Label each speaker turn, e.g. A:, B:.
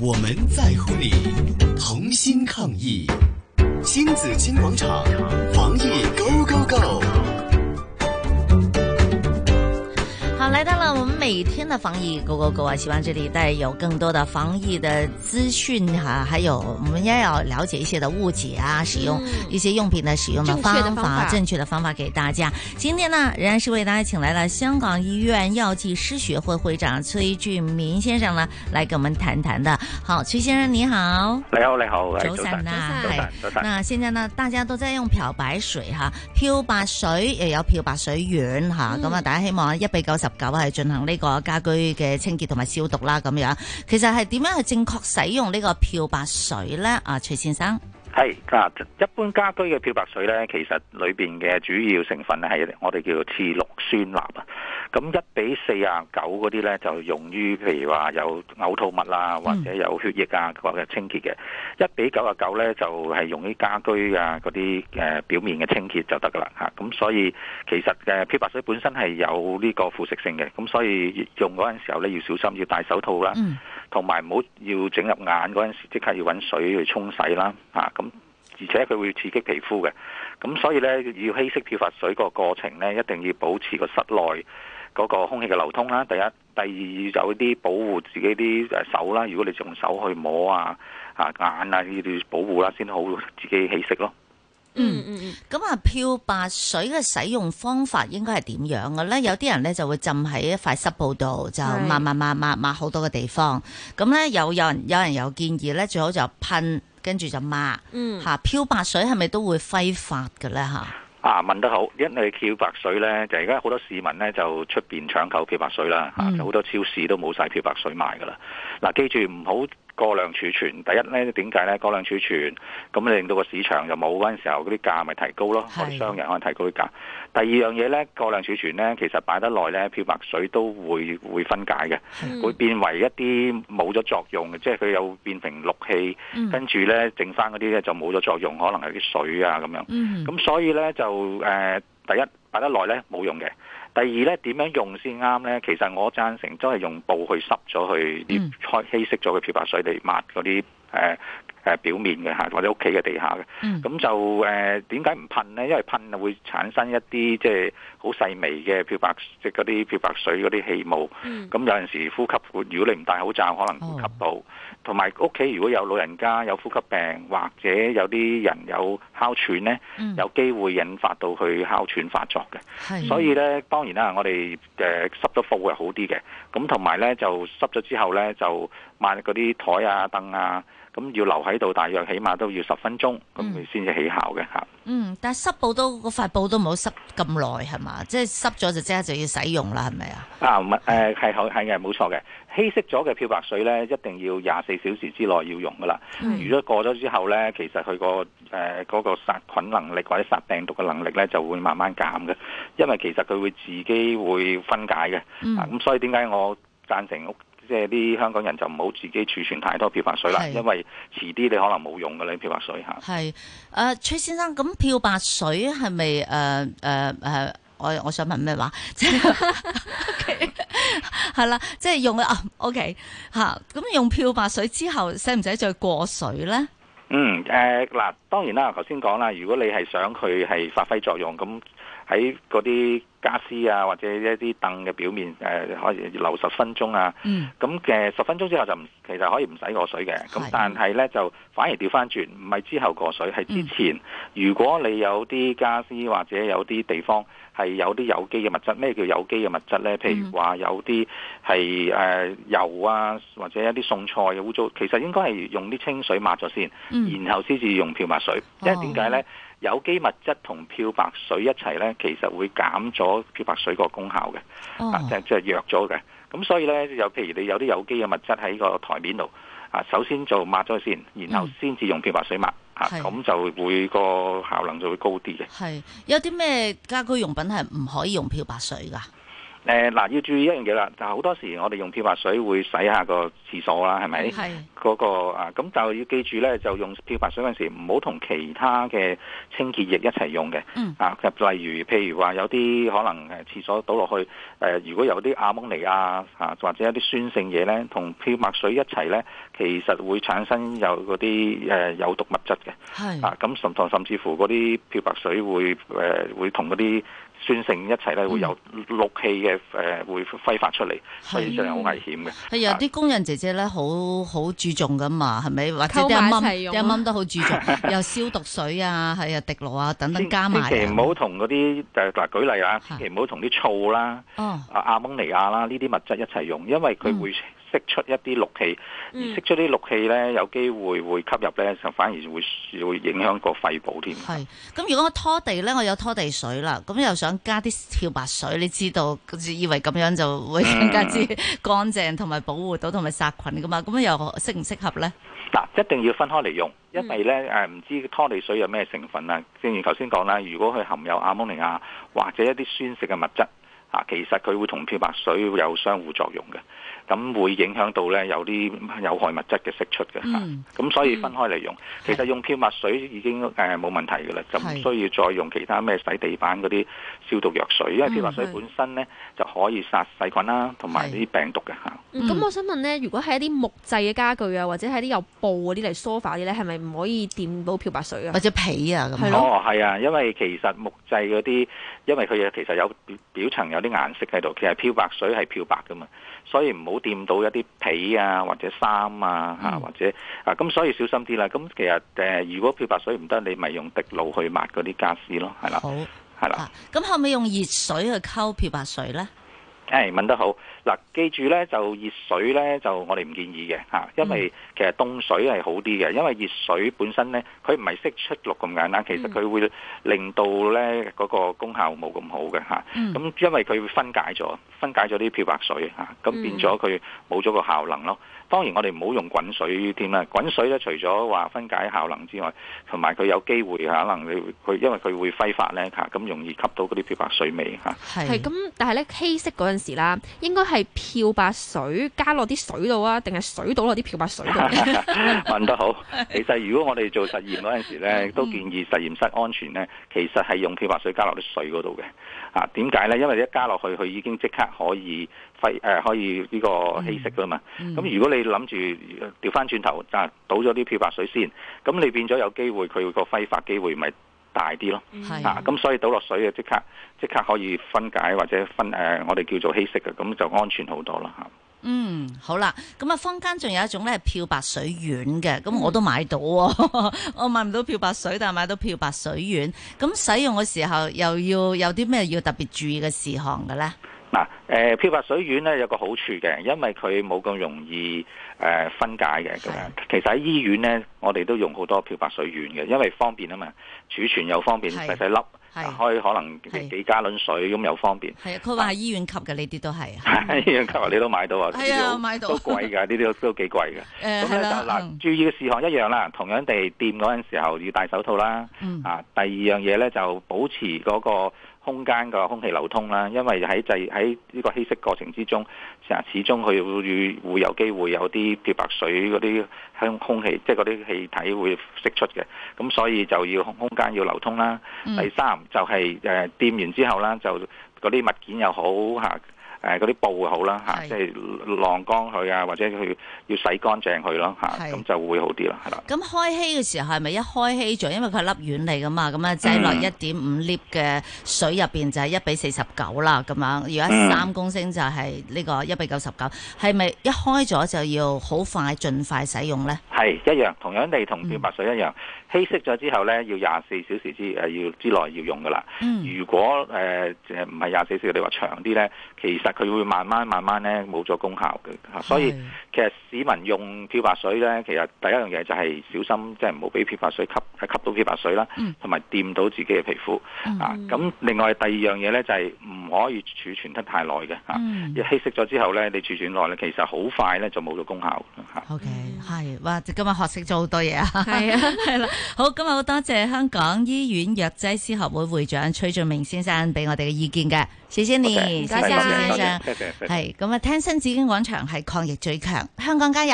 A: 我们在乎你，同心抗疫，新紫金广场防疫 Go Go Go。
B: 好，来到了我们每天的防疫 Go Go Go 啊！希望这里带有更多的防疫的资讯哈、还有我们也要了解一些的误解啊，使用一些用品的使用的
C: 嗯正
B: 方
C: 确
B: 法、
C: 的方法
B: 正确的方法给大家。今天呢，仍然是为大家请来了香港医院药剂师学会会长崔俊明先生呢，来跟我们谈谈的。好，崔先生你好。
D: 你好，你好，係
B: 早晨啊
D: 早晨，早晨，
B: 那現在呢，大家都在用漂白水吓，漂白水又有漂白水丸吓，
C: 嗯
B: 咁啊、大家希望一比九十九係進行呢個家居嘅清潔同埋消毒啦，咁樣其實係點樣去正確使用呢個漂白水咧？啊，徐先生，
D: 係嗱，一般家居嘅漂白水咧，其實裏邊嘅主要成分咧係我哋叫做次氯酸鈉啊。咁一比四啊九嗰啲咧就用於譬如話有嘔吐物啊，或者有血液啊或者清潔嘅。一比九啊九咧就係用於家居啊嗰啲誒表面嘅清潔就得噶啦嚇。咁所以其實嘅漂白水本身係有呢個腐蝕性嘅，咁所以用嗰陣時候咧要小心，要戴手套啦。
B: 嗯
D: 同埋唔好要整入眼嗰陣時，即刻要揾水去沖洗啦，啊咁，而且佢會刺激皮膚嘅，咁所以呢，要稀釋漂白水個過程呢，一定要保持個室內嗰個空氣嘅流通啦。第一，第二有啲保護自己啲誒手啦，如果你用手去摸啊、啊眼啊，呢啲保護啦，先好自己稀釋咯。
C: 嗯嗯嗯，
B: 咁啊漂白水嘅使用方法應該係點樣嘅咧？有啲人咧就會浸喺一塊濕布度，就
C: 係
B: 抹抹抹抹抹好多嘅地方。咁咧有有人有人有建議咧，最好就噴，跟住就抹。
C: 嗯
B: 吓漂白水係咪都會揮發嘅咧？吓，
D: 啊，問得好，因為漂白水呢，就而家好多市民呢，就出邊搶購漂白水啦，嚇、
B: 嗯
D: 就好多超市都冇晒漂白水賣噶啦。嗱、記住唔好過量儲存。第一呢，點解呢？過量儲存咁令到個市場就冇嗰陣時候嗰啲價咪提高咯，
B: 係
D: 我哋商人可能提高啲價。第二樣嘢呢，過量儲存呢，其實擺得耐呢，漂白水都會會分解嘅，
C: 嗯
D: 會變為一啲冇咗作用嘅，即係佢又變成氯氣，
B: 嗯
D: 跟住呢，剩翻嗰啲呢就冇咗作用，可能係啲水啊咁樣。
B: 嗯
D: 咁所以咧就誒、呃第一擺得耐咧冇用嘅。第二咧點樣用先啱咧？其實我贊成都係用布去濕咗去啲
B: 嗯
D: 開稀釋咗嘅漂白水嚟抹嗰啲誒誒表面嘅嚇，或者屋企嘅地下嘅。
B: 嗯
D: 咁就誒點解唔噴咧？因為噴會產生一啲即係好細微嘅漂白，即係嗰啲漂白水嗰啲氣霧。
C: 嗯
D: 咁有陣時呼吸管，如果你唔戴口罩，可能會
B: 哦
D: 吸到。同埋屋企如果有老人家有呼吸病，或者有啲人有哮喘咧。
B: 嗯
D: 有機會引發到佢哮喘發作嘅，
B: 係
D: 所以咧當然啦，我哋誒濕咗布係好啲嘅，咁同埋咧就濕咗之後咧就抹嗰啲台啊凳啊，咁要留喺度大約起碼都要十分鐘，咁佢先至起效嘅嚇。
B: 嗯，但係濕布都嗰塊布都唔好濕咁耐係嘛，即係濕咗就即刻就要使用啦，係咪啊？
D: 啊，唔係誒係好係嘅，冇錯嘅。稀釋咗嘅漂白水咧，一定要廿四小時之內要用噶啦。
C: 嗯
D: 如果過咗之後咧，其實佢個誒嗰個殺菌能力或者殺病毒嘅能力咧就會慢慢減嘅，因為其實佢會自己會分解嘅。啊，
B: 嗯
D: 咁所以點解我贊成屋即係啲香港人就唔好自己儲存太多漂白水啦，
B: 係
D: 因為遲啲你可能冇用㗎啦，你漂白水嚇。
B: 係诶，誒崔先生，咁漂白水係咪诶诶诶？我我想問咩話？ 即係 OK，係啦，即係用啊，OK 吓，咁用漂白水之後，使唔使再過水咧？
D: 嗯，誒嗱，當然啦，頭先講啦，如果你係想佢係發揮作用，咁喺嗰啲家私啊或者一啲凳嘅表面誒、可以留十分鐘啊。
B: 嗯
D: 咁嘅十分鐘之後就唔，其實可以唔使過水嘅。咁
B: 係
D: 但係呢，就反而調翻轉，唔係之後過水，係
B: 嗯
D: 之前。如果你有啲家私或者有啲地方係有啲有機嘅物質，咩叫有機嘅物質呢？譬
B: 嗯
D: 如話有啲係誒油啊，或者一啲餸菜嘅污糟，其實應該係用啲清水抹咗先，
B: 嗯
D: 然後先至用漂白水。因為點解呢
B: 哦？
D: 有機物質同漂白水一齊呢，其實會減咗漂白水個功效嘅。
B: 哦
D: 啊，即係即係弱咗嘅。咁所以咧，有譬如你有啲有機嘅物質喺個台面度，啊，首先就抹咗佢先，然後
B: 嗯
D: 先至用漂白水抹，啊，
B: 係
D: 咁就會個效能就會高啲嘅。
B: 係有啲咩家居用品係唔可以用漂白水噶？
D: 誒、誒嗱、要注意一樣嘢啦，就好多時我哋用漂白水會洗下個廁所啦，係咪？
B: 係
D: 嗰、個啊，咁就要記住咧，就用漂白水嗰陣時，唔好同其他嘅清潔液一齊用嘅。
B: 嗯
D: 啊，就例如譬如話有啲可能誒廁所倒落去，誒、呃如果有啲亞蒙尼亞啊，或者一啲酸性嘢咧，同漂白水一齊咧，其實會產生有嗰啲誒有毒物質嘅。
B: 係
D: 啊，咁甚甚至乎嗰啲漂白水會誒、呃、會同嗰啲酸性一齊咧，
B: 嗯
D: 會有氯氣嘅誒、呃、會揮發出嚟，所以就係好危險嘅。
B: 係啊！啲工人姐姐咧，好好注重噶嘛，係咪？或者
C: 溝
B: 啲阿
C: 埋
B: 蚊，
C: 一齊用啊
B: 啲阿蚊都好注 重，又消毒水啊，係啊，滴露啊等等
D: 千
B: 加埋啊。
D: 千祈唔好同嗰啲誒嗱，舉例啊，
B: 嚇
D: 千祈唔好同啲醋啦、
B: 哦，
D: 啊阿蒙尼亞啦呢啲物質一齊用，因為
B: 嗯
D: 佢會釋出一啲氯氣，而
C: 嗯
D: 釋出啲氯氣咧，有機會會吸入咧，就反而會會影響個肺部添。
B: 係。咁如果我拖地咧，我有拖地水啦，咁又想加啲漂白水，你知道，以為咁樣就會
D: 嗯
B: 更加之 乾淨，同埋保護到，同埋殺菌噶嘛。咁又適唔適合咧？
D: 嗱，一定要分開嚟用，
B: 嗯
D: 因為咧誒唔知拖地水有咩成分啊。正如頭先講啦，如果佢含有亞蒙尼亞或者一啲酸性嘅物質啊，其實佢會同漂白水會有相互作用嘅，咁會影響到咧有啲有害物質嘅釋出嘅嚇。
B: 嗯
D: 咁、所以分開嚟用，其實用漂白水已經呃誒冇、問題㗎啦，就唔
B: 係
D: 需要再用其他咩洗地板嗰啲消毒藥水，因為漂白水
C: 嗯係
D: 本身咧就可以殺細菌啦，同埋
B: 係
D: 啲病毒嘅嚇。
C: 嗯咁我想問咧，如果係一啲木製嘅家具啊，或者係啲有布嗰啲嚟 sofa 啲咧，係咪唔可以掂到漂白水啊
B: 或？者被啊咁
C: 係。咯
D: 哦，係啊，因為其實木製嗰啲，因為佢有其實有表表層有啲顏色喺度，其實漂白水係漂白噶嘛，所以唔好掂到一啲被啊或者衫啊嚇、
B: 嗯
D: 或者啊咁，所以小心啲啦。咁其實誒、呃如果漂白水唔得，你咪用滴露去抹嗰啲家私咯，係啦，
B: 好
D: 係啦。
B: 啊，咁可唔可以用熱水去溝漂白水咧？
D: 誒問得好，嗱記住咧就熱水咧就我哋唔建議嘅嚇，因為
C: 嗯
D: 其實凍水係好啲嘅，因為熱水本身咧佢唔係釋出氯咁簡單，其實
C: 嗯
D: 佢會令到咧嗰個功效冇咁好嘅嚇。
B: 嗯
D: 咁因為佢會分解咗，分解咗啲漂白水嚇，咁
C: 嗯
D: 變咗佢冇咗個效能咯。當然我哋唔好用滾水添啦，滾水咧除咗話分解效能之外，同埋佢有機會可能你佢因為佢會揮發咧嚇，咁容易吸到嗰啲漂白水味嚇。
C: 係
B: 係
C: 咁，但係咧稀釋嗰陣時啦，應該係漂白水加落啲水度啊，定係水倒落啲漂白水度啊呢？
D: 問得好，其實如果我哋做實驗嗰陣時
B: 嗯
D: 咧，都建議實驗室安全咧，其實係用漂白水加落啲水嗰度嘅。啊，點解咧？因為一加落去，佢已經即刻可以揮誒、呃可以呢個稀釋㗎啦嘛。
B: 嗯
D: 咁、如果你諗住呃調翻轉頭啊，倒咗啲漂白水先，咁你變咗有機會佢個揮發機會咪大啲咯。
B: 係
D: 啊，咁所以倒落水啊，即刻即刻可以分解或者分誒、呃我哋叫做稀釋嘅，咁就安全好多啦嚇。
B: 嗯，好啦，咁啊，坊間仲有一種咧係漂白水丸嘅，
D: 嗯
B: 咁我都買到喎， 我買唔到漂白水，但係買到漂白水丸。咁使用嘅時候又要有啲咩要特別注意嘅事項嘅咧？
D: 嗱，誒漂白水丸咧有個好處嘅，因為佢冇咁容易誒、呃分解嘅咁樣。其實喺醫院咧，我哋都用好多漂白水丸嘅，因為方便啊嘛，儲存又方便，
B: 係
D: 細細粒，啊
B: 係
D: 開可能
B: 係
D: 幾幾加侖水咁又方便。
B: 係啊，佢話係醫院級嘅呢啲都係啊，
D: 係，今日你都買到啊？
B: 係啊
D: 呢啲都
B: 買到
D: 都貴㗎，呢啲都都幾貴㗎。
B: 誒
D: 咁
B: 係
D: 咧就
B: 啦，
D: 嗱，
B: 嗯
D: 注意嘅事項一樣啦，同樣地掂嗰陣時候要戴手套啦。
B: 嗯
D: 啊，第二樣嘢咧就保持嗰個空間個空氣流通啦，因為喺制喺呢個稀釋過程之中，始始終佢會會有機會有啲漂白水嗰啲香空氣，即係嗰啲氣體會釋出嘅，咁所以就要空空間要流通啦。啊第
B: 嗯
D: 三就係誒掂完之後啦，就嗰啲物件又好嚇，誒嗰啲布又好啦嚇，
B: 係
D: 即係晾乾佢啊，或者佢要洗乾淨佢咯嚇，
B: 係
D: 咁就會好啲啦，係啦。
B: 咁開稀嘅時候係咪一開稀咗？因為佢係粒丸嚟噶嘛，咁啊擠落
D: 嗯
B: 一點五 l 嘅水入邊就係一比四十九啦，咁樣。如果
D: 嗯
B: 三公升就係呢個一比九十九，係咪一開咗就要好快盡快使用咧？
D: 係一樣，同樣地同
B: 嗯
D: 漂白水一樣，稀釋咗之後呢，要廿四小時之誒要之內要用噶啦。
B: 嗯，
D: 如果誒誒唔係廿四小時，你話長啲呢，其實佢會慢慢慢慢呢冇咗功效嘅。所以
B: 係
D: 其實市民用漂白水呢，其實第一樣嘢就係小心，即係唔好俾漂白水吸吸到漂白水啦
B: 嗯，
D: 同埋掂到自己嘅皮膚
B: 嗯
D: 啊。咁另外第二樣嘢呢，就係唔唔可以儲存得太耐嘅
C: 啊
D: 嚇。
B: 嗯
D: 一稀釋咗之後咧，你儲存耐咧，其實好快咧就冇咗功效啊嚇。
B: ，OK，
C: 嗯
B: 係，哇！今日學識咗好多嘢啊！
C: 係啊，
B: 係啦，好，今日好多謝香港醫院藥劑師學會會長崔俊明先生俾我哋嘅意見嘅，謝嗯謝你，謝
D: OK，
C: 唔該
B: 謝
C: 晒
B: 先
D: 多
B: 生
D: 謝，多謝多謝。
B: 係咁啊！聽新紫荊廣場係抗疫最強，香港加油！